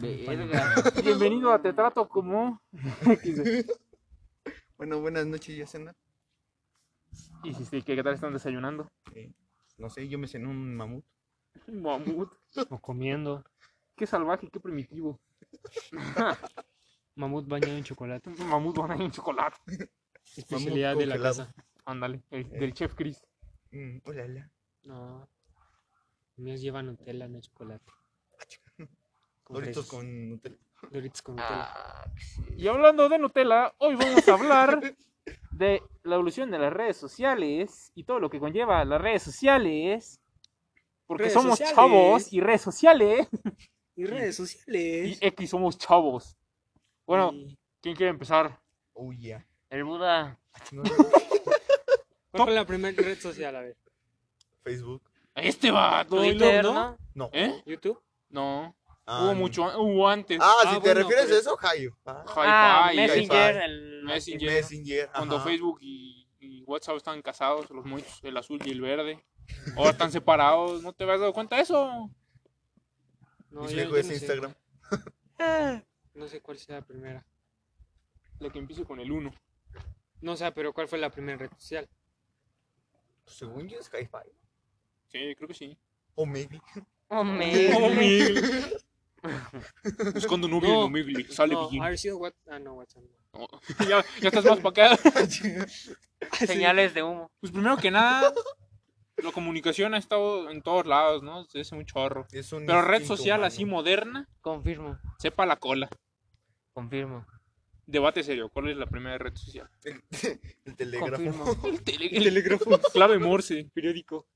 Verga. Bienvenido a Te Trato Como. Bueno, buenas noches, ya cena. y si sí, ¿qué tal están desayunando? No sé, yo me cené un mamut. Mamut. O comiendo. Qué salvaje, qué primitivo. Mamut bañado en chocolate. Mamut van en chocolate. Especialidad de la congelado. casa. Ándale, el- del chef Chris. Mm, hola, hola. No. Los Míos llevan Nutella, no chocolate. Con Doritos fresas. con Nutella. Doritos Ah. con Nutella. Y hablando de Nutella, hoy vamos a hablar de la evolución de las redes sociales y todo lo que conlleva las redes sociales. Porque Redes somos sociales. chavos y redes sociales. Y redes sociales. Y X somos chavos. Bueno, Y- ¿quién quiere empezar? Oh, yeah. El Buda. Ah, chingada. ¿Cuál fue la primera red social? A ver. Facebook. Este vato. Twitter, ¿no? ¿no? No. ¿Eh? YouTube. No. Ah, hubo no. mucho an- hubo antes. Ah, Ah, si te bueno, refieres pero- a eso, Jayo. Ah, Ah, Messenger, el Messenger. Messenger. Cuando ajá. Facebook y, y WhatsApp estaban casados, los muchos, el azul y el verde. Ahora están separados. ¿No te habías dado cuenta de eso? No, Mis yo- yo viejos es no sé. Instagram. No sé cuál sea la primera. La que empieza con el 1. No sé, pero ¿cuál fue la primera red social? Según yo es Hi-Fi. Sí, creo que sí. O maybe. Oh, Migli. Buscando novio No, en Migli. Sale no, Billín. haber sido What- Ah, no, WhatsApp. no. ya, ya estás más para acá. Señales de humo. Pues primero que nada, la comunicación ha estado en todos lados, ¿no? Se hace un chorro. Es un Pero red instinto social humano. así moderna, Confirmo, sepa la cola. confirmo. Debate serio, ¿cuál es la primera red social? El telégrafo. Confirmo. El, El telégrafo, clave Morse. periódico.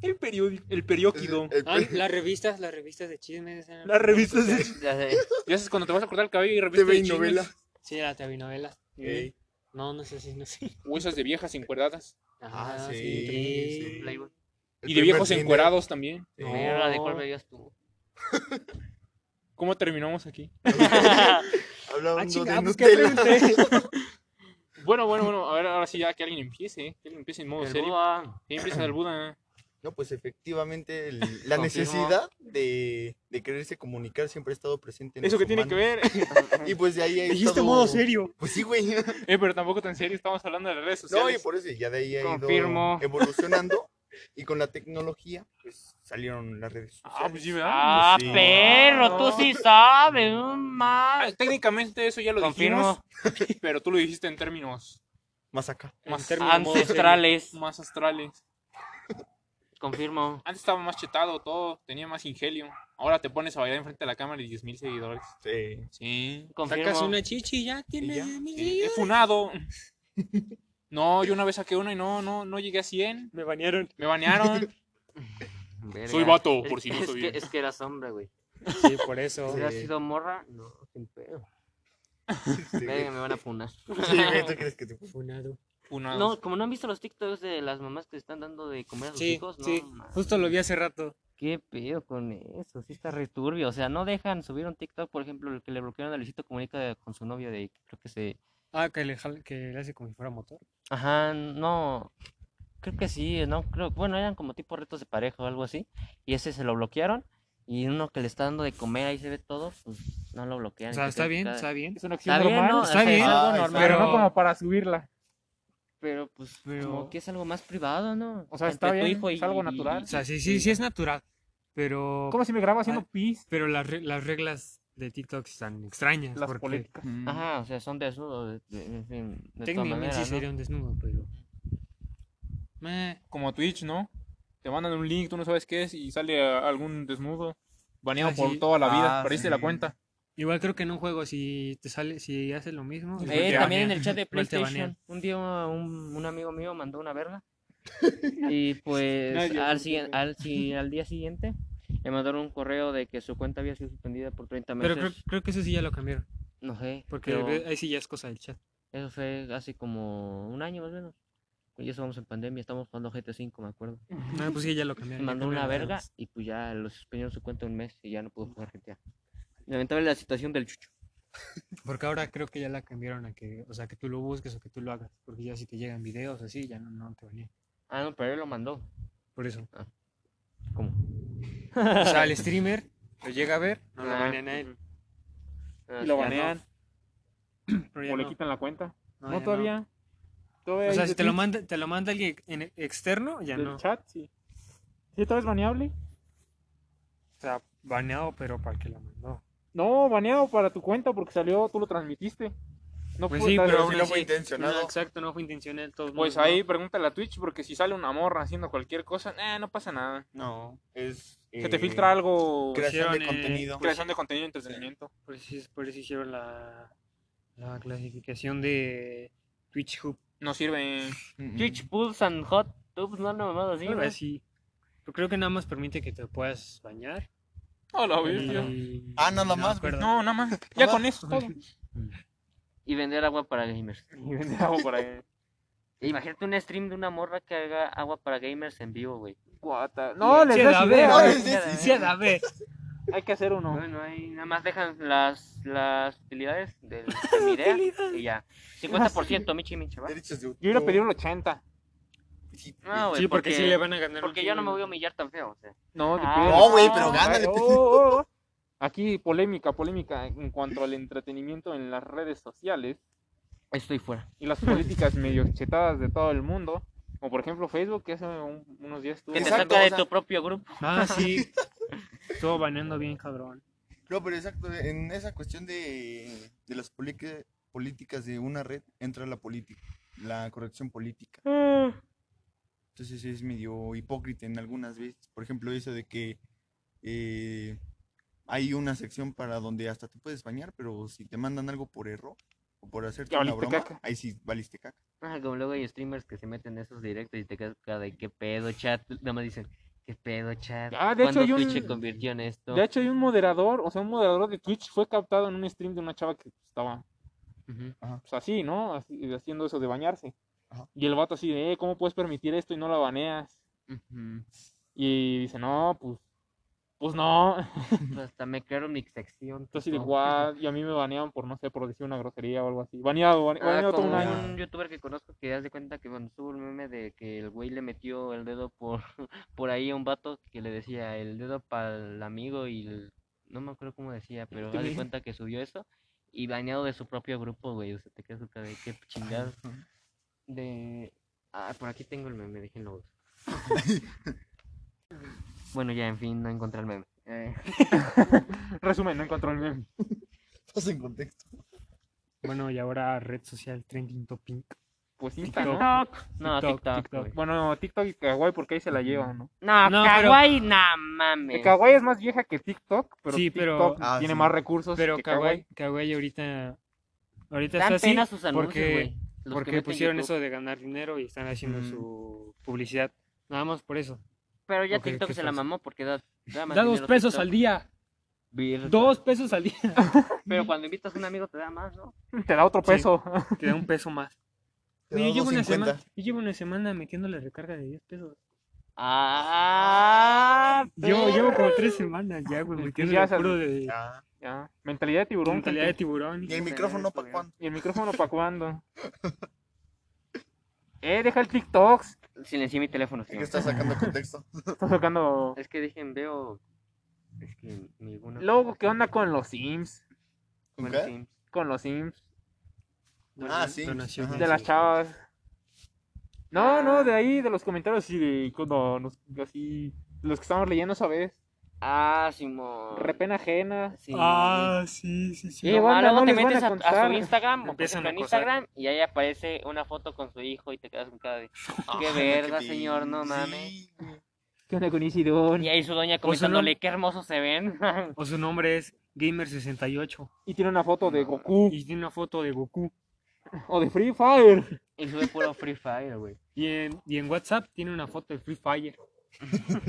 El periódico. El periódico. El- Ah, las revistas, las revistas de chismes. eran- Las revistas de... Ya sé. Ya sabes, cuando te vas a cortar el cabello y revistas TV de y chismes. novela. Sí, la telenovela. Ey. No, no sé si, no sé. O esas de viejas encueradas. Ah, sí, sí. Playboy. El y de viejos primer encuerados también. Tinder. No. Mira la de cuál bebías tú. ¿Cómo terminamos aquí? Sí. Hablando Ah, de chingada, pues, ¿qué Nutella. pregunté? Bueno, bueno, bueno. A ver, ahora sí ya que alguien empiece. ¿eh? Que alguien empiece en modo El serio. Buda. Que empieza el Buda. No, pues efectivamente el- la necesidad de, de quererse comunicar siempre ha estado presente en Eso los que tiene que humanos. ver. Y pues de ahí ha Dijiste estado- modo serio. Pues sí, güey. Eh, pero tampoco tan serio, estamos hablando de las redes No, y sociales. por eso ya de ahí ha Confirmo. ido evolucionando. Y con la tecnología, pues salieron las redes sociales. Ah, pues sí, ¿verdad? Ah, Sí. perro, tú sí sabes, no Ah, mames. técnicamente eso ya lo Confirmo. dijimos, pero tú lo dijiste en términos Más acá. En más, términos modo serio. Ancestrales, más astrales. confirmo. Antes estaba más chetado todo, tenía más ingenio. Ahora te pones a bailar enfrente de la cámara y 10.000 seguidores. Sí. Sí. Confirmo. Sacas una chichi y ya tiene Y ya. mil He seguidores. funado. No, yo una vez saqué una y no, no, no llegué a 100. Me banearon. Me banearon. Verga. Soy vato, por Es- si no es soy que- bien. Es que eras hombre, güey. Sí, por eso. Si Sí. hubieras sido morra, no, sin pedo. Sí, güey. Verga, me van a funar. Sí, güey, ¿tú crees que te Funado. Ah. Funado. No, como no han visto los TikToks de las mamás que están dando de comer a sus Sí, hijos, no. sí. mames. Justo lo vi hace rato. ¿Qué pedo con eso? Sí está returbio. O sea, no dejan subir un TikTok, por ejemplo, el que le bloquearon a Luisito Comunica con su novio de... Creo que se... Ah, que le, jala- que le hace como si fuera motor. Ajá, no... Creo que sí, no creo... Bueno, eran como tipo retos de pareja o algo así. Y ese se lo bloquearon. Y uno que le está dando de comer, ahí se ve todo, pues no lo O bloquean. y sea, que está sea bien, cada- está bien. Es una acción Está bien, normal, ¿no? O está sea, es bien, algo Ah, normal. pero Pero- no como para subirla. Pero pues Pero- como que es algo más privado, ¿no? O sea, Entre está tu bien, hijo es y- algo y- natural. O sea, sí, sí, sí es natural. Pero, ¿Cómo si me graba haciendo pis? pero las, re- las reglas de TikTok están extrañas. Las porque políticas. Ajá, o sea, son desnudos, de- de- en fin, de todas técnicamente sí maneras, ¿no? sería un desnudo, pero. Meh, como Twitch, ¿no? Te mandan un link, tú no sabes qué es y sale a- algún desnudo baneado Ah, por sí. toda la vida, Ah, perdiste sí. la cuenta. Igual creo que en un juego, si te sale, si haces lo mismo. Eh, igual Eh, te también en banean. el chat de Igual te banean. PlayStation, un día un, un amigo mío mandó una verga. Y pues Nadie supo, al, siguien- güey. al, si- al día siguiente le mandaron un correo de que su cuenta había sido suspendida por 30 meses. Pero creo, creo que eso sí ya lo cambiaron. No sé, Porque pero ve- ahí sí ya es cosa del chat. eso fue hace como un año más o menos. Y eso vamos en pandemia, estamos jugando GT5, me acuerdo. No, pues sí, ya lo Y cambiaron. ya mandó una cambiaron verga las y pues ya lo suspendieron su cuenta un mes y ya no pudo jugar GTA. Lamentable la situación del chucho. reglas. Porque ahora creo que ya la cambiaron a que, o sea, que tú lo busques o que tú lo hagas. Porque ya si te llegan videos así, ya no, no te banean. Ah, no, pero él lo mandó. Por eso. ¿Cómo? O sea, el streamer lo llega a ver, no lo Ah. banean a él. Ah, Y lo ya no. banean. pero ya o le no. quitan la cuenta. No, No, ya no. todavía. Todavía O sea, hay si de te lo Twitch, manda, te lo manda alguien en- externo, ya del no. O chat, sí. ¿Sí todavía es baneable? sea, baneado, pero para el que lo mandó. No, baneado para tu cuenta porque salió, tú lo transmitiste. No Pues puede sí, estar- pero si aún no así- fue intencionado. no, exacto, no fue intencional. de todos Pues modos, ahí pregúntale a Twitch porque si sale una morra haciendo cualquier cosa, eh, no pasa nada. No, No, Es, Se eh, te filtra algo, cre- Creación Pusieron, de eh, contenido. creación de contenido y entretenimiento. por eso, es- por eso hicieron la, la clasificación de Twitch Hub. No sirve. Mm, mm. Twitch Pulse and Hot Tubes, no, no, mamada, así, Algo ¿no? así. Yo creo que nada más permite que te puedas bañar. No, la bestia. y- Ah, nada no más, acuerdo. No, nada más. Ya con eso todo. Y vender agua para gamers. Y vender agua por ahí. E Imagínate un stream de una morra que haga agua para gamers en vivo, güey. Guata. No, les Sí, das la idea. No, ¿eh? verga. les des- Sí, a la vez. Hay que hacer uno. No, no hay, nada más dejan las, las utilidades del de mi idea y ya. Ah, 50% Michi Michi, ¿va? Derechos de Yo iba a autor. pedir un 80. Sí, No, güey, Sí, porque, sí le van a ganar. un porque yo no me chingo. voy a humillar tan feo, o sea. No, te Ah. pido. No, güey, pero Ay, gánale. oh, oh, oh. Aquí polémica, polémica en cuanto al entretenimiento en las redes sociales Estoy fuera. y las políticas medio chetadas de todo el mundo. Como por ejemplo Facebook, que hace un- unos días estuvo... Que te Exacto, saca o de sea- tu propio grupo. Ah, sí. Estuvo baneando bien, cabrón. No, pero exacto, en esa cuestión de, de las polique- políticas de una red entra la política, la corrección política. Entonces es medio hipócrita en algunas veces. Por ejemplo, eso de que eh, hay una sección para donde hasta te puedes bañar, pero si te mandan algo por error o por hacerte Ya una valiste broma, caca. ahí sí valiste caca. Ah, como luego hay streamers que se meten en esos directos y te quedas cara de qué pedo, chat. Nada más dicen, qué pedo, chat. Ah, de hecho, ¿Cuándo hay un- Twitch se convirtió en esto? De hecho hay un moderador, o sea, un moderador de Twitch fue captado en un stream de una chava que estaba Ujú. pues, así, ¿no? Así- haciendo eso de bañarse. Ajá. Y el vato así de, eh, ¿cómo puedes permitir esto y no la baneas? Ujú. Y dice, no, pues, pues no. Pues Hasta me crearon mi sección. Entonces, de tipo. guau, y a mí me baneaban por, no sé, por decir una grosería o algo así. Baneado, bane- Ah, baneado todo un como año. un youtuber que conozco que haz de cuenta que cuando subo el meme de que el güey le metió el dedo por, por ahí a un vato que le decía el dedo para el amigo y el- no me acuerdo cómo decía, pero haz de cuenta que subió eso y baneado de su propio grupo, güey. O sea, te quedas acá de qué chingado. De. Ah, por aquí tengo el meme, déjenlo. busco. bueno, ya, en fin, no encontré el meme. Eh, Resumen, no encontró el meme. Estás en contexto. Bueno, y ahora red social trending topic. Pues Insta, ¿no? TikTok. No, TikTok, TikTok. TikTok. güey. Bueno, TikTok y Kawaii, porque ahí se la llevan, ¿no? No, No, pero- Kawaii, no mames. Eh, Kawaii es más vieja que TikTok, pero Sí, pero- TikTok Ah, tiene sí. más recursos Pero que Kawaii, Kawaii. Kawaii ahorita, ahorita Dan está así pena sus anuncios, porque, güey. Los que porque meten pusieron YouTube. eso de ganar dinero y están haciendo Mm. su publicidad. Nada más por eso. Pero ya Ok, TikTok ¿qué se la estás? mamó porque da, da más Da dos dinero pesos TikTok. al día. Virga. Dos pesos al día. Pero cuando invitas a un amigo te da más, ¿no? Te da otro Sí. peso. Te da un peso más. Te da Oye, yo, llevo una 2.50. semana, yo llevo una semana metiéndole recarga de 10 pesos. Ah, Yo llevo como tres semanas ya, güey, Pues metiéndole ya sal- puro de Ah, Ya. Mentalidad de tiburón. mentalidad de gente. tiburón. ¿Y el micrófono para cuándo? ¿Y el micrófono para cuándo? eh, deja el TikTok. Silencié mi teléfono, Es señor. que estás sacando contexto. Estás tocando... Es que dije, veo... Es que mi buena... Luego, ¿qué onda con los Sims? ¿Con qué? Bueno, sí. Con los Sims. Ah, sí. Ah. Ajá. De las Sí. chavas. No, no, de ahí, de los comentarios y de cuando nos, así, los que estamos leyendo esa vez. Ah, Simón. Repena ajena. Sí. Ah, sí, sí, sí. Eh, Como banda, no luego te les van metes a a, a contar. su Instagram, o por Empiezan ejemplo a en acosar. Instagram, y ahí aparece una foto con su hijo y te quedas con cara de... Qué Ah, verga, pi- señor, no sí, mames. güey. ¿Qué onda con Y Isidón? ahí su doña Pues solo- comentándole qué hermosos se ven. O su nombre es Gamer68 Y tiene una foto de Goku y tiene una foto de Goku. o de Free Fire. y sube puro Free Fire, güey. Y en, y en WhatsApp tiene una foto de Free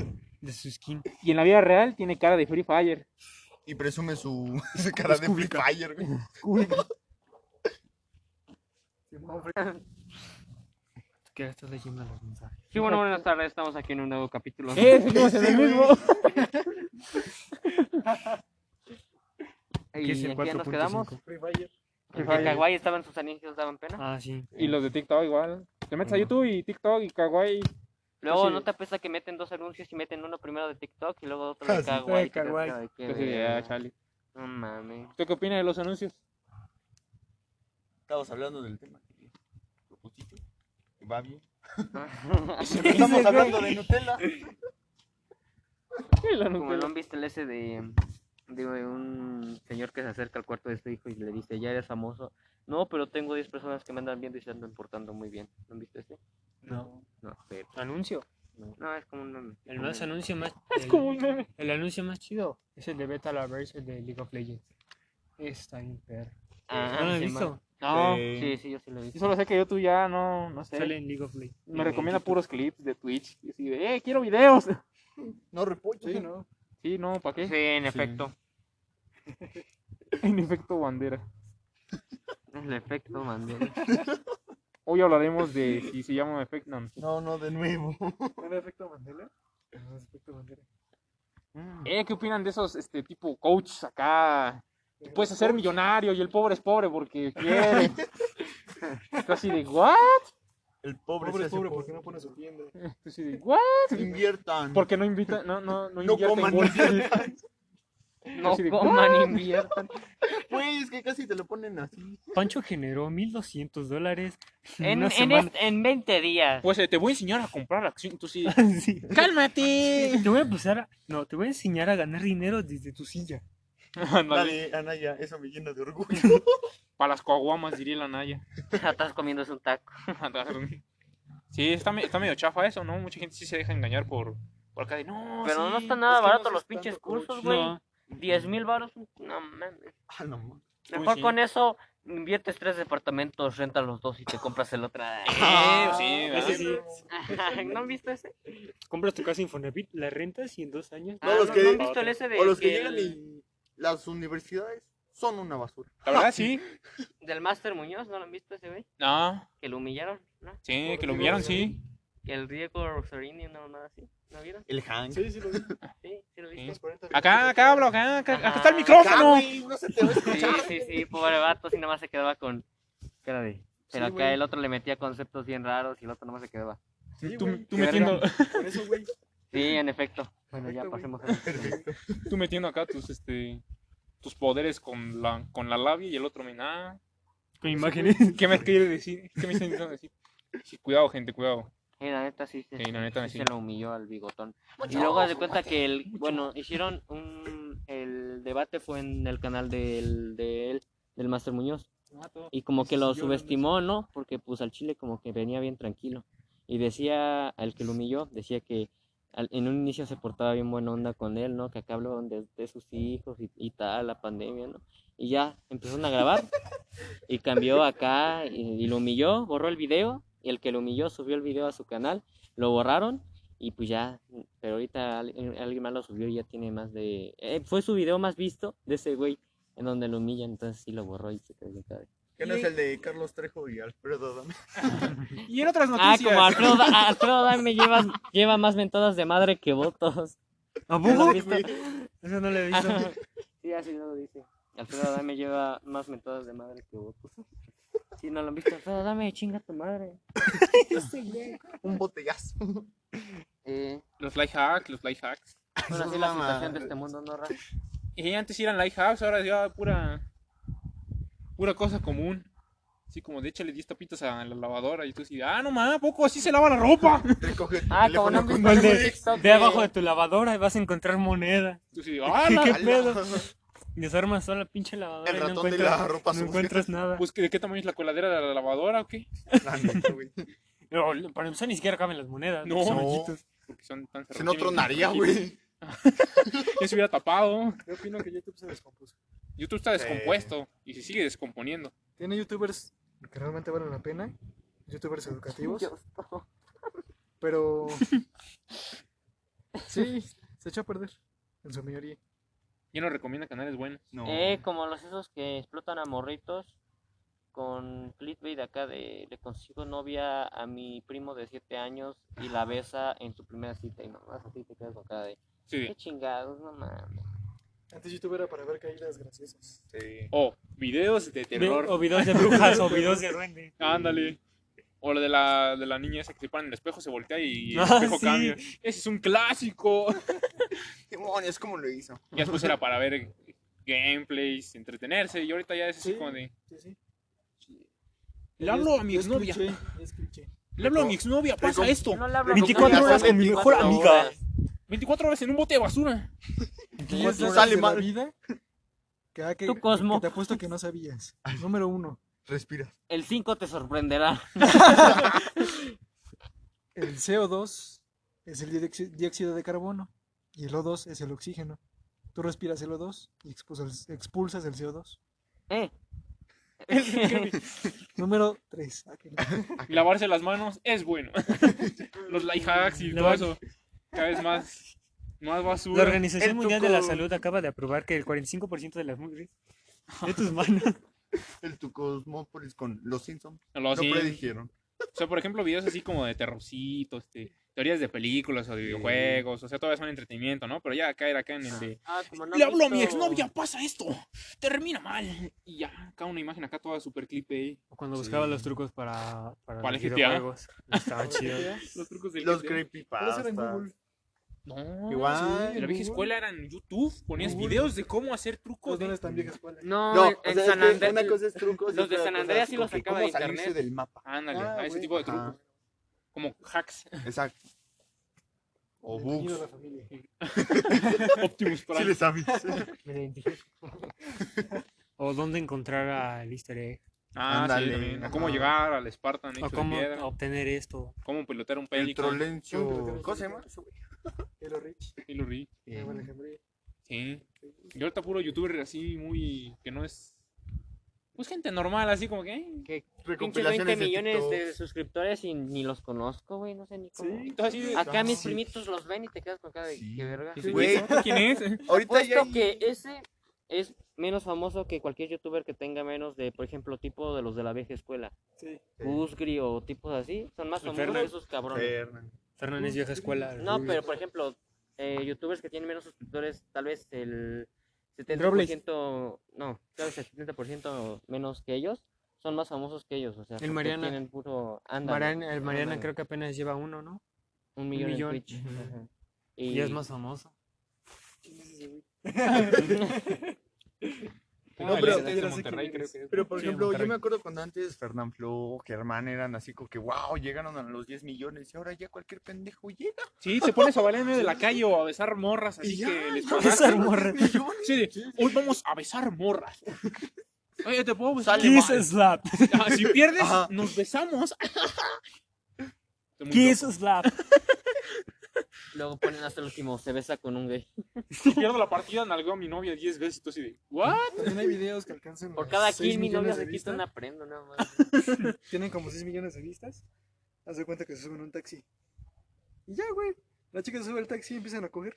Fire. De su skin. Y en la vida real tiene cara de Free Fire. Y presume su, su cara de Free cúbica. Fire, güey. Que estás leyendo los mensajes. Sí, bueno, buenas tardes, estamos aquí en un nuevo capítulo. Ah. Eh, seguimos en el mismo. ¿Y es el en qué nos quedamos? 4.5? Free En Fire. Kawaii estaban sus anillos, daban pena. Ah, sí. Y los de TikTok igual. Te metes a YouTube y TikTok y Kawaii. Luego pues Sí. no te apesta que meten dos anuncios y meten uno primero de TikTok y luego otro Ah, de sí, Kawaii. de te quedas Kawaii. cara de que Entonces, ya, verga. chale. No mames. ¿Usted qué opina de los anuncios? Estabas hablando del tema. que propusiste, que Va bien. Ese Estamos güey. hablando de Nutella. Sí, la Como Nutella. no viste el ese de, de un señor que se acerca al cuarto de su hijo y le dice, ya eres famoso. No, pero tengo 10 personas que me andan viendo y se andan portando muy bien. ¿No viste ese? No. No, pero- ¿Anuncio? no, es como un meme. El un más meme. anuncio más. Es el- como un meme. El anuncio más chido es el de Beta Lovers, el de League of Legends. Está bien perro. Ah, ¿No lo has sí, visto? man. No, Eh, sí, sí, yo sí lo he Yo visto. solo sé que YouTube ya no, no sé. Sale en League of Legends. me recomienda puros clips de Twitch. Y así de, eh, quiero videos. No repollo. Sí, no. Sí, no, ¿para qué? Sí, en Sí. efecto. En efecto, bandera. El efecto Mandela. Hoy hablaremos de si se llama efecto. No, No, no, de nuevo. ¿Era efecto Mandela? efecto Mandela. Eh, ¿qué opinan de esos este tipo coaches acá? Tú puedes hacer millonario y el pobre es pobre porque quiere. Tú así de what? El pobre, se hace pobre. no pone su tienda? Tú así de what? Inviertan. Porque no invita, no, no, no No invierte en coman. Wall Street. No Así de, coman, inviertan. Pues es que casi te lo ponen así. Pancho generó 1200 dólares en En, una en, semana. este- en 20 días. Pues eh, te voy a enseñar a comprar acción. Tú sí. este- Sí. ¡Cálmate! Te voy a empezar a... No, te voy a enseñar a ganar dinero desde tu silla. Ándale, Dale, Anaya, eso me llena de orgullo. Para las coaguamas, diría la Naya. Estás comiéndose un taco. Sí, está, me- está medio chafa eso, ¿no? Mucha gente sí se deja engañar por, por acá de no. Pero Ah, sí, no están es nada que no baratos haces los pinches tanto coach". cursos, güey. No. 10 mil baros. No mames. Ah, no, man. Mejor sí. con eso inviertes tres departamentos, renta los dos y te compras el otro. Eh, Ah, sí, Ah, ¿verdad? Ese sí. ¿No viste ese? Compras tu casa Infonavit, la rentas y en dos años... No, Ah, los ¿no, que- ¿no han visto el ese de, O los que que llegan el- y las universidades son una basura. La verdad, sí. del Master Muñoz? ¿No lo han visto ese, güey? No, Que lo humillaron, ¿no? sí, que lo humillaron, sí. Que el Diego Rosarini, no, nada así. ¿No vieron? El hang. Sí, sí, lo vi. Sí, sí lo viste. Sí. Acá, acá hablo, acá, acá, acá está el Ya, Ajá. micrófono. Ah, güey, no se te va a Sí, escuchar. sí, sí, pobre vato, así nomás se quedaba con cara de. Pero Sí, acá güey. el otro le metía conceptos bien raros y el otro nomás se quedaba. Sí, Tú, güey. tú Qué metiendo, Por eso, güey. Sí, en efecto. Bueno, ya Perfecto, güey. pasemos a la siguiente. tú metiendo acá tus, este, tus poderes con la, con la labia y el otro me nada. Con imágenes. ¿Qué me quiere decir? ¿Qué me está intentando decir? Sí, cuidado, gente, cuidado. Sí, la neta sí, se- Sí, la neta, sí. sí se lo humilló al bigotón. Y luego haz de cuenta que el, bueno, hicieron un, el debate fue en el canal del, de él, del Master Muñoz. Ah, Y como que Sí, lo yo lo subestimó, ¿no? Porque pues al Chile como que venía bien tranquilo. Y decía, al que lo humilló, decía que al- en un inicio se portaba bien buena onda con él, ¿no? Que acá hablaban de, de sus hijos y, y tal, la pandemia, ¿no? Y ya empezaron a grabar y cambió acá y, y lo humilló, borró el video y el que lo humilló subió el video a su canal, lo borraron y pues ya, pero ahorita al- eh, alguien más lo subió y ya tiene más de... eh, fue su video más visto de ese güey en donde lo humillan, entonces sí lo borró y se quedó bien padre. Que no es el de Carlos Trejo y Alfredo Adame. Y en otras Ah, noticias. como Alfredo, Da- Alfredo Dame lleva, lleva más mentadas de madre que votos. ¿A ¿No lo poco? has visto? Eso no lo he Ah, visto. Sí, así lo dice. Alfredo Dame lleva más mentadas de madre que votos. Si no lo han visto, Alfredo Dame, chinga tu madre. Un botellazo. Eh, Los life hacks, los life hacks. bueno, Eso así es la mamá. situación de este mundo, ¿no, Ra? Y antes eran life hacks, ahora ya pura. pura cosa común. Así como de échale 10 tapitas a la lavadora y tú así, ah, no mames, ¿a poco así se lava la ropa? Recoge tu Ah, como teléfono no han con visto el ese de- TikTok De abajo de tu lavadora vas a encontrar moneda. Tú así, ah, la- ¿Qué Ala. pedo? Desarmas toda la pinche lavadora El y no ratón de encuentras, la ropa no sucia. encuentras nada. pues, ¿de qué tamaño es la coladera de la lavadora o qué? La neta, güey. Pero, para empezar ni siquiera caben las monedas. No. porque son No. hoyitos. Porque son tan Si no cerrochines. tronaría, güey. Ya se hubiera tapado. Yo opino que YouTube se descompuso. YouTube está Sí. descompuesto y se sigue descomponiendo. Tiene youtubers que realmente valen la pena, youtubers educativos, pero sí, se echó a perder en su mayoría. Ya no recomienda canales buenos. No. Eh, como los esos que explotan a morritos con clickbait acá de le consigo novia a mi primo de 7 años y la besa en su primera cita y nomás así te quedas con cara de Sí. qué chingados, no mames. Antes YouTube era para ver caídas graciosas. Sí. O videos de Ve- terror. O videos de brujas o videos de duende. Ándale. O la de la, de la niña esa que se pone en el espejo, se voltea y el Ah, espejo sí. cambia. Ese es un clásico. Demonios, ¿cómo lo hizo? Y después era para ver gameplays, entretenerse. Y ahorita ya es así Sí. como de. Sí, sí. Le hablo a mi Es exnovia. cliché, es cliché. Le hablo a mi exnovia, pasa Recom- esto. No le hablo 24 con horas ella, con mi mejor 24 amiga. horas. 24 horas en un bote de basura. Cuatro eso horas sale de la mal. vida que, ah, que- Tu Cosmo. que te apuesto que no sabías. Número uno, Respira. El 5 te sorprenderá. el CO2 es el dióxi- dióxido de carbono y el O2 es el oxígeno. Tú respiras el O2 y expulsas, expulsas el CO2. Eh, Número tres, ah, que la- Lavarse las manos es bueno. Los life hacks y todo Lavar- eso. Cada vez más. Más La basura. Organización El Mundial de la tuco. Salud acaba de aprobar que el 45% de las mugres de tus manos. El tu Cosmópolis con los Simpsons. Lo no hacían. predijeron. O sea, por ejemplo, videos así como de terrorcitos, de teorías de películas o de videojuegos. O sea, todavía son entretenimiento, ¿no? Pero ya caer acá en el de. ah, como no Le han hablo a mi visto- exnovia, pasa esto. Termina mal. Y ya, acá una imagen acá toda ¿eh? super clip ahí. O Cuando buscaba los trucos para, para Para los el GTA. videojuegos. Estaban chidos. Los trucos del Los GTA. Pero eso era en creepypastas. Google. No. Igual. En la vieja escuela era en YouTube. Ponías Google. videos de cómo hacer trucos. Pues no de- eres tan vieja escuela. No, No, en o sea, es San que Andrés. una cosa es trucos. y los de otra San cosa Andrés es sí los como que sacaba de cómo salirse internet. del mapa. Ándale, Ah, a ese güey. tipo de Ajá. trucos. Como hacks. Exacto. O Bienvenido a bugs. la familia. Optimus Sí Prime. le sabes. Me identifico. O dónde encontrar al Easter egg. Ah, Ándale, sí, también. O ajá. cómo llegar al Spartan hecho O cómo de piedra. obtener esto. Cómo pilotear un El Pelican. trolencio. ¿Cómo se llama? Hello Rich, Y lo rí. Ah, Nueva Alejandría. Sí. Y ahorita puro youtuber así muy... que no es... Pues gente normal, así como que... ¿eh? Que pinches Recopilaciones 20 de millones de, TikTok. suscriptores y ni los conozco, güey. No sé ni cómo. Y todo así de- Acá Ah, mis sí. primitos los ven y te quedas con cara de Sí. qué verga. Dices, Güey. "¿Este ¿Quién es? Ahorita ya Puesto hay- que ese es menos famoso que cualquier youtuber que tenga menos de, por ejemplo, tipo de los de la vieja escuela. Sí. Gusgri o tipos así. Son más El famosos Fernan. esos cabrones. Fernan. Fernández Vieja Escuela. No, pero por ejemplo, eh, youtubers que tienen menos suscriptores, tal vez el 70%, no, tal vez el 70% menos que ellos, son más famosos que ellos. O sea, porque Mariana- tienen puro ándale, Mariana, el Mariana ándale, creo que apenas lleva uno, ¿no? un millón, millón. en Twitch. Ujú. ajá. Y es más famoso. ¿Quién es ese güey? No, pero- este es de pero sé Monterrey, quién creo eres. que es, Pero ¿no? por Sí, ejemplo, yo Monterrey. me acuerdo cuando antes Fernán Flo, Germán eran así como que wow, llegaron a los 10 millones y ahora ya cualquier pendejo llega. Sí, se pones a bailar en medio de la calle o a besar morras, así Y ya, que les ya pagas. besar morras. Millones. Sí, de, hoy vamos a besar morras. Oye, te puedo besar. Sale Kiss mal. Slap. Ah, si pierdes, Ajá. nos besamos. Estoy muy Kiss loco. Slap. Luego ponen hasta el último, se besa con un gay. Si pierdo la partida, nalgueo a mi novia 10 veces y tú así de, ¿what? También hay videos que alcanzan Por los cada seis kill mi novia millones de se quita vistas. una prenda, nada más. Tienen como 6 millones de vistas. Haz de cuenta que se suben a un taxi. Y ya, güey. La chica se sube al taxi y empiezan a coger.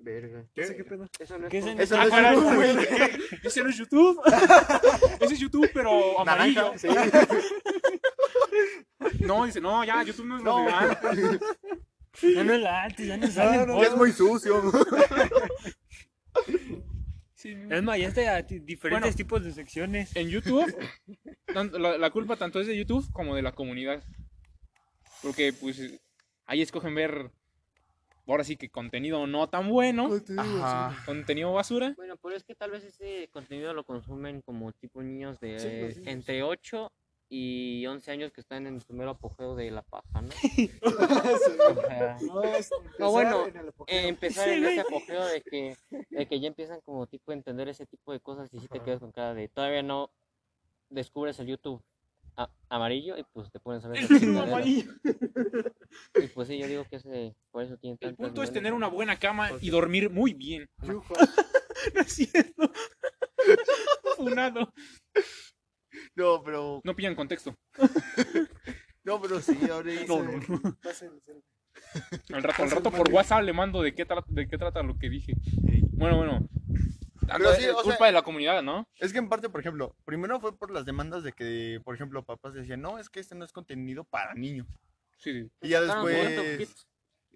Verga. No sé qué pedo. Eso no ¿Qué es es como- en- Eso Ah, no es caray, algo, güey. güey. Ese no es YouTube. Ese es YouTube, pero amarillo. Naranja. No, dice, no, ya, YouTube no es No. lo legal. Ya no es la antes, ya no sale. no, Ya es muy sucio. Sí. Es más, ya está a ti- diferentes Bueno. tipos de secciones. En YouTube, tanto- la, la culpa tanto es de YouTube como de la comunidad. Porque, pues, ahí escogen ver, ahora sí que contenido no tan bueno, Ajá. contenido basura. Bueno, pero es que tal vez ese contenido lo consumen como tipo niños de Sí, los pues eh, niños. entre 8 y 11 años que están en su mero apogeo de la paja, ¿no? O sea, No, es No, Ah, bueno, este, empezar eh, empezar en en el apogeo. Sí, ese güey. apogeo de que, de que ya empiezan como tipo a entender ese tipo de cosas y si te Ajá. quedas con cara de todavía no descubres el YouTube a- amarillo y pues te pones a ver. El esas YouTube chingaderas. amarillo. Y pues sí, yo digo que ese, por eso tiene El tantos punto es millones, tener ¿no? una buena cama Porque- y dormir muy bien. Yujo. No es cierto. Funado. No, pero No pillan contexto. no, pero sí, ahora dice- No, no, no. Pasa el cel- Al rato, al rato por WhatsApp le mando de qué, tra- de qué trata lo que dije. Ey. Bueno, bueno. Pero Ando- sí, es o culpa sea- de la comunidad, ¿no? Es que en parte, por ejemplo, primero fue por las demandas de que, por ejemplo, papás decían, "No, es que este no es contenido para niños." Sí. Y ya Sacaron Roberto después Kids.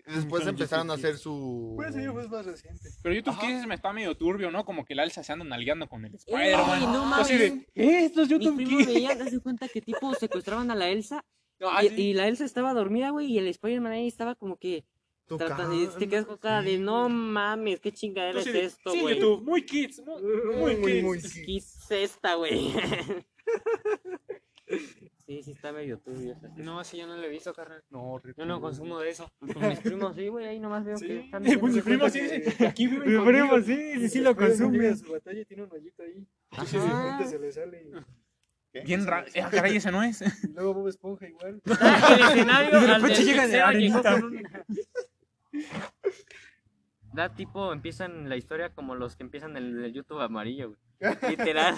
después Con empezaron a YouTube hacer su Pues sí, fue más reciente. Pero YouTube Ajá. Kids me está medio turbio, ¿no? Como que el alza se anda nalgueando con el Ey, Spider-Man. no Así mames. de, "Eh, estos Mis YouTube primos Kids. veían, haz de cuenta que tipo secuestraban a la Elsa No, Y, ay, Ah, sí. y la Elsa estaba dormida, güey, y el Spider-Man ahí estaba como que. tratando- y te quedas con cara de no mames, qué chingadera Tú es sí de- esto, sí, güey. YouTube, muy kids, muy, muy, Muy, kids. muy. ¿Qué es esta, güey? sí, sí, está medio turbio. esa. No, ese yo no lo he visto, carnal. No, Yo no consumo de eso. Con mis primos, sí, güey, ahí nomás veo Sí, que pues están. mi metiendo primo cosas, sí güey. dice, aquí vive Mi conmigo". primo sí, sí, sí lo consume. consume. su batalla tiene un hoyito ahí. Sí, de sí. Ajá. repente se le sale. y- Bien raro. Ah, caray, esa no es. Y luego Bob Esponja igual. Ah, el escenario De al repente del llega de tercero llegó arenita. con un- Da tipo, empiezan la historia como los que empiezan el, el YouTube amarillo, güey. Literal.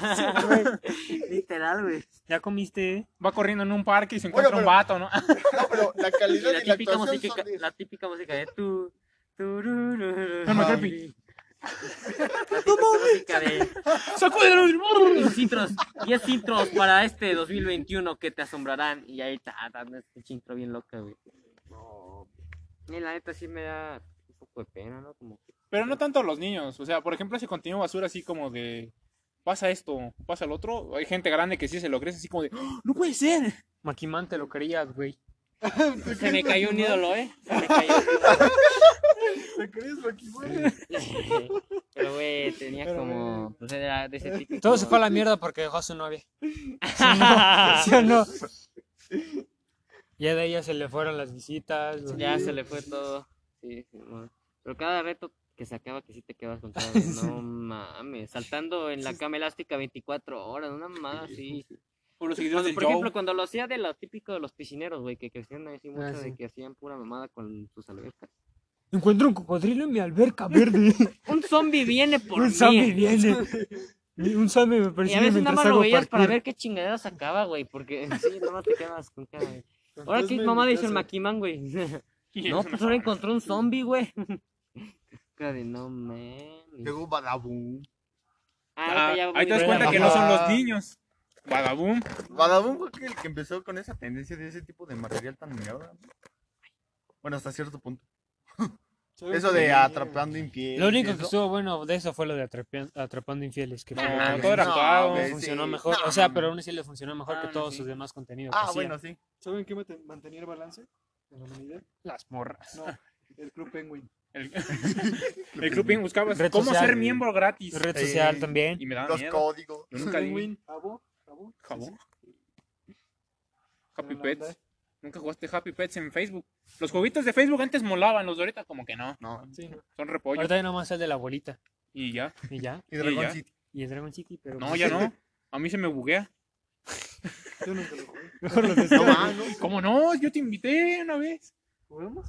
Literal, güey. ¿Ya comiste? Va corriendo en un parque y se encuentra Bueno, un vato, ¿no? No, pero la Y calidad la y la típica actuación música, son de... la típica música de tu turururu. No, McCarthy. La típica música de ¡Sacúdelo! los intros, 10 intros para este 2021 que te asombrarán. Y ahí está, dando este intro bien loca, güey. Y la neta sí me da un poco de pena, ¿no? Como que Pero no tanto los niños. O sea, por ejemplo, ese contenido basura así como de... Pasa esto, pasa lo otro. Hay gente grande que sí se lo cree así como de... "¡Ah, ¡No puede ser! Maquimán, te lo creías, güey. Se me cayó un ídolo, ¿eh? Se me cayó un ¿Te crees, Rocky? ídolo. Pero, güey, tenía Pero, como... güey. Pues era de ese tipo. Todo se fue a la mierda porque dejó a su novia. ¿Sí o no? Ah. Ya de ella se le fueron las visitas. los- Ya se le fue todo. Sí, sí, mo. Pero cada reto que se acaba que sí te quedas con todo. de, No mames. Saltando en la cama elástica 24 horas, una mamada así. Por los seguidores Cuando, del por Este, Joe. ejemplo, cuando lo hacía de lo típico de los piscineros, güey, que crecían así mucho, Ah, sí. de que hacían pura mamada con sus albercas. Encuentro un cocodrilo en mi alberca verde. Un zombie viene por un mí. eh. zombie viene. Un zombie me Y a persigue veces nada mientras más lo hago veías para parkour. ver qué chingadera sacaba, güey, porque sí, nada más te quedas con cara de... Ahora Fantasma qué en mamá mi dice el casa. maquimán, güey. No, pues Ah, ahora encontró un zombie, güey. Cara de no mames. Llegó Badaboom. Ah, Ah, ahorita Ah, ya ahí te das voy cuenta a- que no son los niños. Badaboom. Badaboom fue el que empezó con esa tendencia de ese tipo de material tan mierda. ¿no? Bueno, hasta cierto punto. Eso de atrapando infieles. Lo único que eso. estuvo bueno de eso fue lo de atrape- Atrapando Infieles, que fue lo Ah, que todo era No, actuado. güey, funcionó sí. mejor. No, O sea, no, pero no. aún así le funcionó mejor Ah, que no, todos sí. sus demás contenidos. que Ah, hacía. bueno, sí. ¿Saben qué mate- mantenía el balance? En la humanidad. Las morras. No, el Club Penguin. El, el Club Penguin buscaba Red cómo social. ser miembro gratis. Red Sí. social también. Y me daba Los miedo. códigos. Yo nunca di Penguin, Jabo, Jabo. sí, jabón. sí, Happy Pero la Pets. verdad- Nunca jugaste Happy Pets en Facebook. Los jueguitos de Facebook antes molaban, los de ahorita como que no. No. Sí, no. Son repollo. Ahorita ya nomás el de la abuelita. Y ya. Y ya. Y Y Dragon ya. City. Y el Dragon City, pero. No, pues, ya no. A mí se me buguea. Yo nunca lo jugué. No, ma, no. ¿Cómo no? Yo te invité una vez. ¿Jugamos?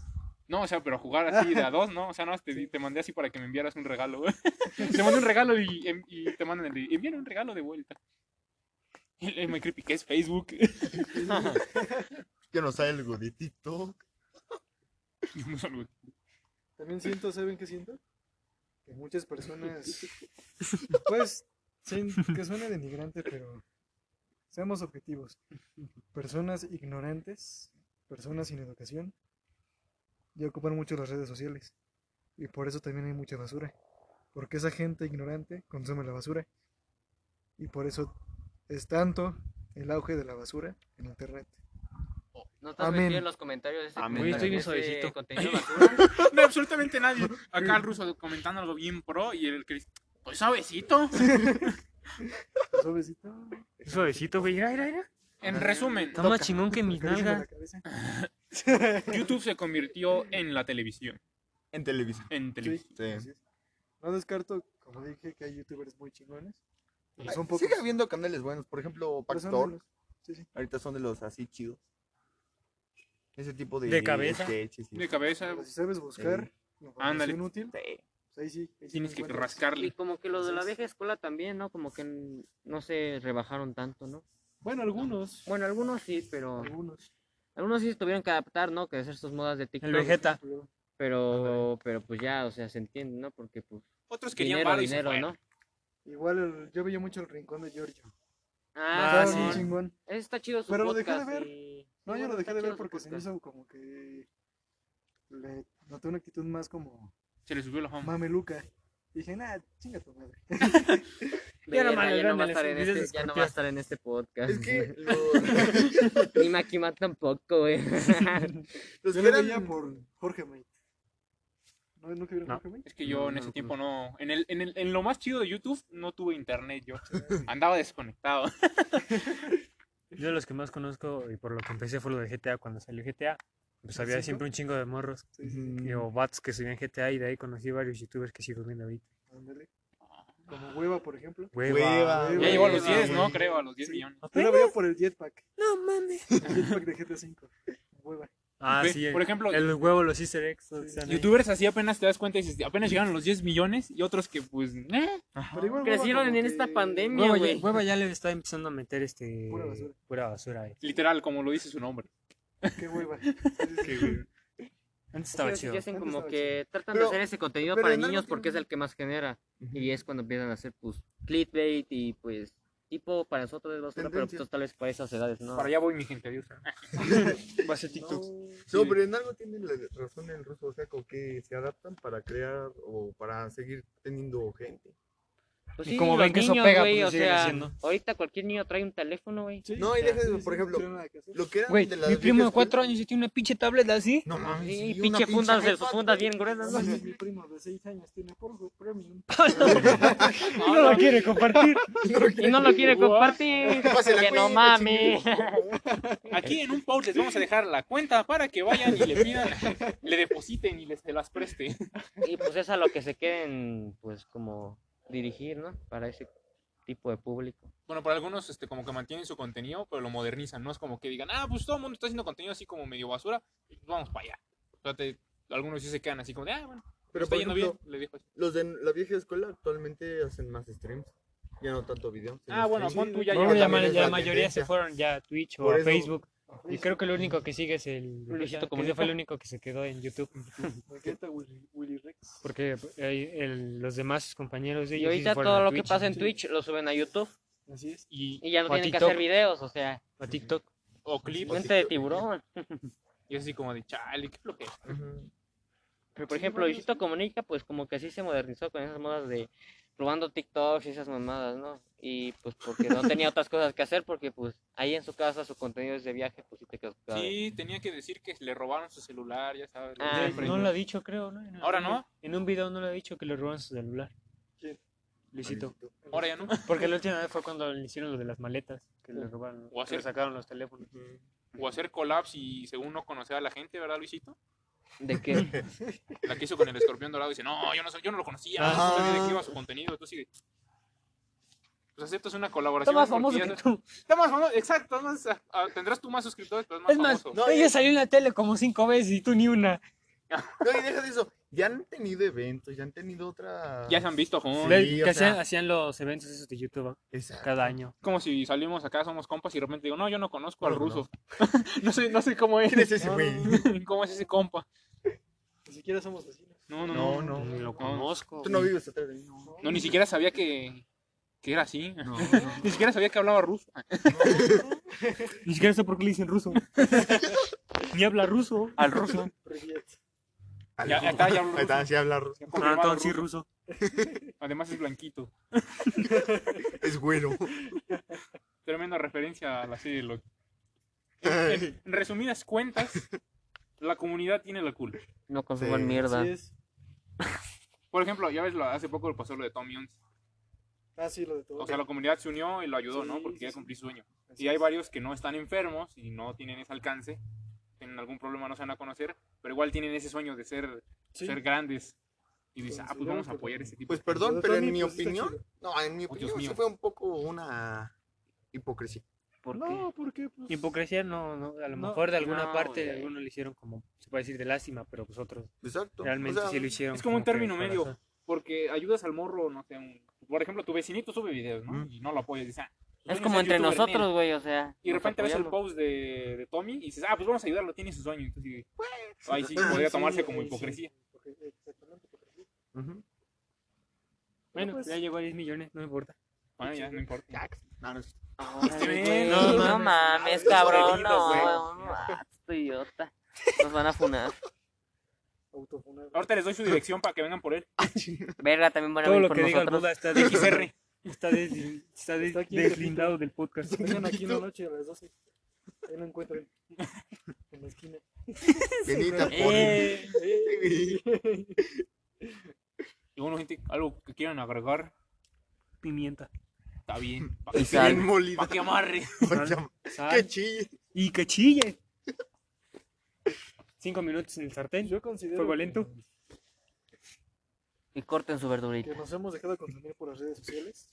No, o sea, pero jugar así de a dos, ¿no? O sea, no, te, te mandé así para que me enviaras un regalo. te mandé un regalo y, em- y te mandan el de, envían un regalo de vuelta. El, el muy creepy que es Facebook. Yo no sé algo de TikTok. También siento, ¿saben qué siento? Que muchas personas, pues, sin- que suene denigrante, pero seamos objetivos. Personas ignorantes, personas sin educación, ya ocupan mucho las redes sociales. Y por eso también hay mucha basura. Porque esa gente ignorante consume la basura. Y por eso es tanto el auge de la basura en Internet. No estás Amén. metido en los comentarios de ese Amén. comentario, Estoy bien de ese suavecito. contenido basura. No, absolutamente nadie. Acá el ruso comentando algo bien pro y el que dice, pues suavecito. Suavecito. Suavecito, güey. Mira, mira, mira. En resumen, Está más chingón que mis Acaríciame la nalgas. cabeza. YouTube se convirtió en la televisión. En televisión. En televisión. Sí, Sí. así es. No descarto, como dije, que hay youtubers muy chingones. Pero son Ay, pocos. Sigue habiendo canales buenos. Por ejemplo, pero son Pactor. menos. Sí, sí. Ahorita son de los así chidos. Ese tipo de. De cabeza. sketches y- De cabeza. Pero si sabes buscar Ándale. información útil, Sí. pues ahí sí. ahí sí Tienes lo que encuentras. Y rascarle. como que los de la vieja escuela también, ¿no? Como que n- no se rebajaron tanto, ¿no? Bueno, algunos. Bueno, algunos sí, pero... Algunos. Algunos sí se tuvieron que adaptar, ¿no? Que hacer sus modas de El TikTok. Vegeta. pero- Pero, pero pues ya, o sea, se entiende, ¿no? Porque pues Otros querían dinero, varo y se dinero, fueron. ¿no? Igual el- yo veía mucho el rincón de Giorgio. Ah, Ah, Estaba bien sí. chingón. Ese está chido su Pero lo dejé de podcast. ver. y- No, sí, yo bueno, lo dejé está de ver chido su porque se me podcast. hizo como que. Le noté una actitud más como Se le subió la fama. mameluca. Dije, nada, chinga tu madre. Ya no mames, ya no va a véndales estar en videos de este, ya no va a estar en este podcast. Es que lo- güey. Ni Makima tampoco, los güey. Yo que lo veía eran por Jorge May. ¿No, ¿Nunca vieron No. Jorge May? Es que yo No, en no ese lo tiempo no. En, el, en, el, en lo más chido de YouTube no tuve internet yo. Andaba desconectado. Yo de los que más conozco y por lo que empecé fue lo de GTA. Cuando salió GTA, pues había ¿Cinco? siempre un chingo de morros Sí, sí, sí. y- o vatos que subían GTA y de ahí conocí varios youtubers que sigo viendo ahorita. Ándale. Como Hueva, por ejemplo. Hueva. Hueva. Ya llegó a los Hueva, 10, ¿no? güey. Creo, a los 10 Sí. millones. Yo lo veía por el jetpack. No mames. El jetpack de GTA V. Hueva. Ah, Ve, sí. el- Por ejemplo, el huevo, los easter eggs. o Sí. sea, no hay- youtubers así apenas te das cuenta y dices, apenas llegaron a los 10 millones y otros que pues... eh. Pero igual Hueva Crecieron como en esta que- pandemia. Hueva güey. ya, hueva ya le está empezando a meter este... Pura basura. pura basura ahí. Literal, como lo dice su nombre. Qué hueva. Sí, sí, sí. Antes estaba Estaba chido. hacen Antes como estaba que tratan Pero- de hacer ese contenido pero para en algo niños porque es tiene- el que más genera. Y es cuando empiezan a hacer pues clickbait y pues tipo para nosotros es basura, pero Tendencias. pues, tal vez para esas edades, ¿no? Para allá voy, mi gente, adiós. Va a ser TikTok. No, pero en algo tiene la razón el ruso, o sea, con que se adaptan para crear o para seguir teniendo gente. Pues Y como los ven que eso niños, pega, güey, pues, lo o siguen sea, haciendo. ahorita cualquier niño trae un teléfono, güey. Sí, No, y deja de- sí, sí, por ejemplo, tiene nada que hacer. Lo que eran Güey, de las mi primo de viejas cuatro escuelas- años y tiene una pinche tablet así. No mames, Sí, sí, una pinche fundas, de- iPad, fundas güey. bien gruesas, ¿no? Sí, Mi primo de 6 años tiene por premium. No, no, quiere compartir. Y no lo quiere compartir. Pásela, Que no cuide, mames. Aquí en un post les vamos a dejar la cuenta para que vayan y le pidan, le depositen y les se las preste. Y pues es a lo que se quieren, pues como dirigir, ¿no? Para ese tipo de público. Bueno, para algunos este, como que mantienen su contenido, pero lo modernizan. No es como que digan, ah, pues todo el mundo está haciendo contenido así como medio basura, pues vamos para allá. O sea, te- algunos sí se quedan así como de, ah, bueno, Pero está por yendo ejemplo, bien, le dijo así. los de la vieja escuela actualmente hacen más streams. Ya no tanto video. sino Ah, bueno, streams. pon tú ya No, llevas ya la también es medalla. la tendencia. fueron ya a Twitch Por eso- Y creo que lo único que sigue es el Luisito Luisito Comunica. Comunica. fue el único que se quedó en YouTube. Me encanta Willy, Willy Rex. Porque eh, el- los demás compañeros de Y ellos. sí se ahorita fueron todo a lo que Twitch, pasa en sí, Twitch lo suben a YouTube Así es. Y, y ya no O a tienen que TikTok. hacer videos, o sea, A TikTok. o clips, mente de tiburón. y así como de, chale, ¿qué es lo que es? Ujú. Pero, por ejemplo, Luisito Comunica, pues como que así se modernizó con esas modas de probando TikToks y esas mamadas, ¿no? Y pues porque no tenía otras cosas que hacer, porque pues ahí en su casa su contenido es de viaje, pues sí te quedas pegado. Sí, tenía que decir que le robaron su celular, ya sabes. lo Ah, de Ya, siempre. no lo ha dicho, creo, ¿no? En- Ahora en- no. En un video no lo ha dicho que le roban su celular. ¿Quién? Luisito. Ahora ya no. Porque la última vez fue cuando le hicieron lo de las maletas, que le robaron, O que le hacer- sacaron los teléfonos. O hacer collabs y según no conocer a la gente, ¿verdad, Luisito? De que La que hizo con el escorpión dorado dice, no, yo no, soy- yo no lo conocía, Ajá. no sabía de qué iba su contenido, tú sigue. Pues aceptas una colaboración. Está más porque famoso ya que sabes- tú. Está más famoso, exacto. es más, ah, ah, tendrás tú más suscriptores, pero es más Es más, famoso. ella salió en la tele como cinco veces y tú ni una. No, y deja de eso. Ya han tenido eventos, ya han tenido otra. Ya se han visto juntos. Ve, Sí, que o hacían, sea. hacían los eventos esos de YouTube ¿no? Exacto. cada año. Como si salimos acá, somos compas y de repente digo, no, yo no conozco al No, no. ruso. No sé, no sé cómo es. ¿Quién es ese güey? ¿Cómo es ese compa? Ni siquiera somos vecinos. No, no, No, no. no. Ni lo No. conozco. Tú no vives atrás de mí. No, No, ni siquiera sabía que, que era así. no. Ni siquiera sabía que hablaba ruso. Ni siquiera sé por qué le dicen ruso. Ni habla ruso. Al ruso. Regret. Ya, acá ya hablo Ahí está, ruso. sí habla ruso. Ah, entonces sí, ruso. Además es blanquito. Es güero. Tremenda referencia a la serie de Loki. Ay. En resumidas cuentas, la comunidad tiene la culpa. no consuman Sí, mierda. Así es. Por ejemplo, ya ves, lo- hace poco pasó lo de Tommy Ons. Ah, sí, lo de todo. O sea, la comunidad se unió y lo ayudó, Sí, ¿no? Porque sí, ya sí. cumplí su sueño. Y hay varios que no están enfermos y no tienen ese alcance, tienen algún problema, no se van a conocer, pero igual tienen ese sueño de ser, Sí. ser grandes. Y dices, ah, pues vamos a Consideramos apoyar ese tipo. Pues de perdón, Pero pero en Tony, mi pues, está opinión, chido. no, en mi Oh, Dios opinión sí mío. fue un poco una hipocresía. ¿Por No, ¿por qué? Pues, Hipocresía no, no, a lo No, mejor de alguna no, parte de güey. algunos lo hicieron como, se puede decir de lástima, pero pues otros Exacto. realmente O sea, sí lo hicieron. es como un que de término medio. corazón. Porque ayudas al morro, no sé, un- por ejemplo, tu vecinito sube videos, ¿no? Y no lo apoyas, dices, ah, pues yo Es no como soy entre youtuber ni él. nosotros, güey, o sea. Y de nos repente ves el apoyamos. post de, de Tommy y dices, ah, pues vamos a ayudarlo, tiene su sueño. Entonces, ahí sí, podría sí, tomarse ahí como sí. hipocresía. Hipoc- Exactamente. eh, hipocresía. Ujú. Bueno, pues- ya llegó a 10 millones, no me importa. Bueno, ya, no importa. No, no es- Ay, Este güey, men, no, no mames. mames, Estos cabrón, sonidos, güey. no, no, ah, este idiota. Nos van a funar. Autofunado. Ahorita les doy su dirección para que vengan por él. Verga, también van a Todo venir lo por que diga el nosotros. Buda está de XR. Está, desli- está des- Está aquí en deslindado del podcast. Vengan aquí una noche a las 12. Ahí lo encuentran. En la esquina. Penita por. Eh, Y bueno, gente, algo que quieran agregar, pimienta. está bien. Pa' Y que, sal. Bien molida. pa' que amarre. Vaya, sal ¡Qué chille! y que chille. Cinco minutos en el sartén. Yo considero. Fuego que- lento. Y corten su verdurita. que nos hemos dejado consumir por las redes sociales.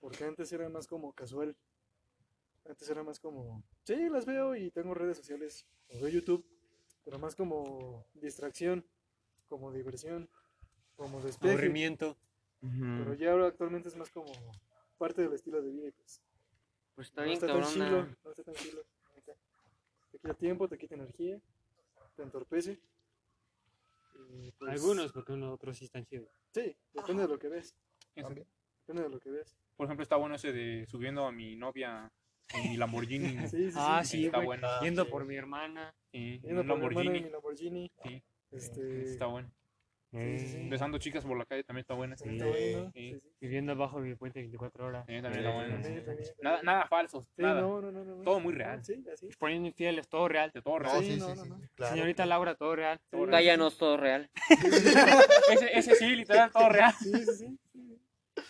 Porque antes era más como casual. Antes era más como, sí, las veo y tengo redes sociales, o veo YouTube, pero más como distracción, como diversión, como despeje. Aburrimiento. Pero ya ahora actualmente es más como parte del estilo de vida. y Pues. Pues está no bien, ¿eh? está tan chilo, cabrona. no está tan chilo. Ahorita Te quita tiempo, te quita energía, te entorpece. y, pues, Algunos, porque unos otros sí están chidos. Sí, depende de lo que ves. Ese. Depende de lo que ves. Por ejemplo, está bueno ese de subiendo a mi novia en mi Lamborghini. Sí, sí, Ah, sí. sí, está güey. bueno. Yendo por mi hermana. Sí, en Yendo un por mi hermana en Lamborghini. mi Lamborghini. Sí. Este, Está bueno. Eh, Sí, sí, sí. Besando chicas por la calle también está buena. está bueno. Sí. Sí, sí. Viviendo abajo de mi puente 24 horas. Sí, también está bueno. También, también. Nada, nada falso. Sí, nada. no, no, no, no, no. Todo muy real. Ah, Sí, así. Poniendo infieles, todo real. De todo No, real. sí, sí, no, sí, no, sí, no. claro. Señorita Laura, todo real. Sí, sí, Cállanos todo real. Ese, ese sí, literal, todo real. Sí, sí, sí.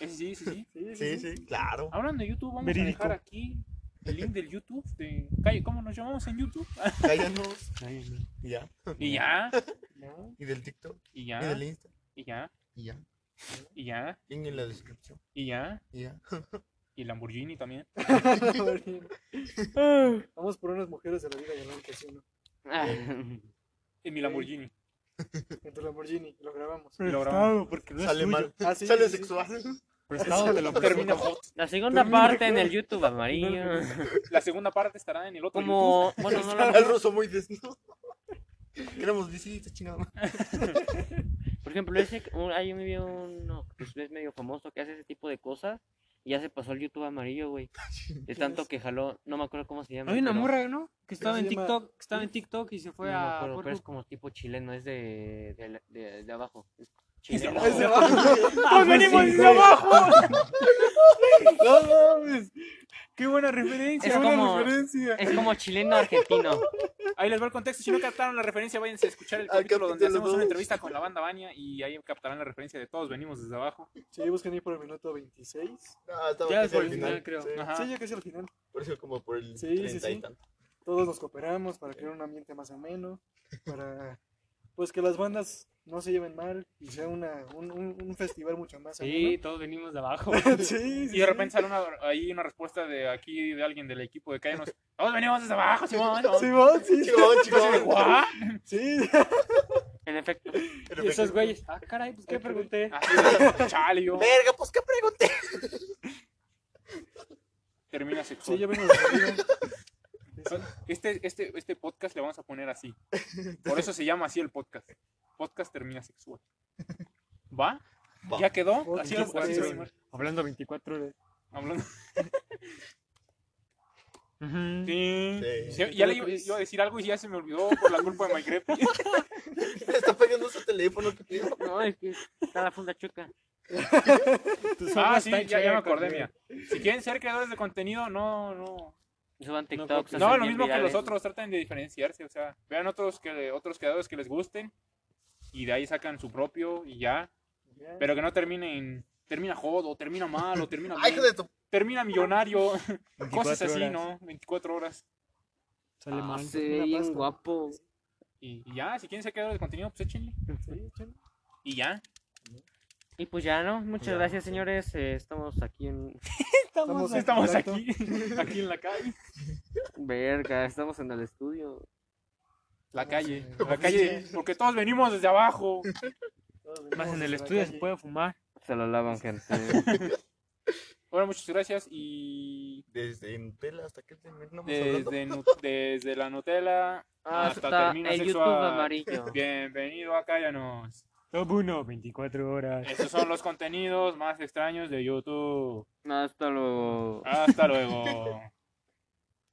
Ese sí, sí, sí. Ah. Sí, sí, Sí, sí. sí, claro. Hablando de YouTube, vamos Verídico. a dejar aquí el link del YouTube. De... Calle, ¿Cómo nos llamamos en YouTube? Cállanos. Ay, no. Y ya. Y ya, No, Y del TikTok. y Y ya, del Insta. y ya, Y ya. y ya, Y en la descripción. y ya. Y ya. Y el Lamborghini también. Vamos por unas mujeres de la vida galante, ¿sí o no? Ah, En mi Lamborghini. En tu Lamborghini, lo grabamos. Y lo Prestado, porque no es Sale tuyo. mal. Ah, sí, Sale sí, sí. sexual. Prestado te lo Termina presto. La segunda parte en el YouTube amarillo. La segunda parte estará en el otro YouTube. Como, bueno, no Al lo ruso muy desnudo. Queremos visitas, chingada. Por ejemplo, ese, un, ahí me vio uno que pues, es medio famoso que hace ese tipo de cosas y ya se pasó al YouTube amarillo, güey. Ah, De tanto es? que jaló, no me acuerdo cómo se llama. Hay una pero- morra, ¿no? Que estaba se en llama- TikTok, que estaba en TikTok y se fue no me a acuerdo, pero es Pornhub. como tipo chileno, es de, de, de, de abajo. Es de chileno. abajo. ¡Todos venimos sí, de güey. abajo! No, no, ¡Qué buena referencia! Es buena como- referencia! Es como chileno argentino. Ahí les va el contexto. Si no captaron la referencia, váyanse a escuchar el Al capítulo donde Ah, capítulo hacemos dos. una entrevista con la banda Bania y ahí captarán la referencia de todos venimos desde abajo. Sí, buscan ahí por el minuto 26. No, Ah, estaba Ya casi es por al el final, final. creo. Sí, Ajá. sí, ya casi al final. Por eso como por el Sí, sí, 30 y sí. tanto. todos nos cooperamos para crear un ambiente más ameno, para pues que las bandas no se lleven mal y sea una, un, un- un festival mucho más Sí, ameno. todos venimos de abajo. sí, sí, Y de sí. repente sale una, ahí una respuesta de aquí de alguien del equipo de Cállanos. Todos venimos desde abajo, Simón. ¿no? Sí, vos, sí, sí. Chingón, chingón. ¿What? sí. En efecto, Y esos güeyes. Ah, caray, pues qué pregunté. Así de, chale, yo. Verga, pues qué pregunté. Termina sexual. Sí, yo vengo de arriba. Este, este, este podcast le vamos a poner así. Por eso se llama así el podcast. Podcast termina sexual. ¿Va? Va. ¿Ya quedó? Podcast Así, así se va a llamar. Ah, Hablando 24 horas. Hablando- Sí. Sí. Sí. Sí, Ya le iba, iba a decir algo y ya se me olvidó por la culpa de Minecraft. Está pegando su teléfono que tiene. no, es que está la funda chuca. Ah, sí, ya, ya me acordé, mira. Si quieren ser creadores de contenido, no, no. Suban No, TikToks. Se No, hacen lo bien mismo que los virales. otros, traten de diferenciarse. O sea, vean otros, que, otros creadores que les gusten y de ahí sacan su propio y ya. Ya. Pero que no terminen, termina jodo, termina mal o termina Ay, hijo bien, de tu. termina millonario, 24 cosas así, horas. ¿no? 24 horas. Sale Ah, mal. se ve Una bien pasta. guapo. Y, y ya, si quieren ser creadores de contenido, pues échenle. Sí, chale. Y ya. Y pues ya, ¿no? Muchas Ya. gracias, señores. eh, estamos aquí en... Estamos, en Estamos contacto. aquí, aquí en la calle. Verga, estamos en el estudio. La calle, en la calle, porque todos venimos desde abajo. Todos venimos Más en el de la estudio se calle. puede fumar. Se lo lavan, gente. Bueno, muchas gracias y Desde Nutella hasta que terminamos hablando. desde, nu- desde la Nutella hasta, Hasta Termina el Sexual. YouTube amarillo. Bienvenido a Cállanos. Top 1, 24 Ah, horas. Estos son los contenidos más extraños de YouTube. Ah, Hasta luego. Hasta luego.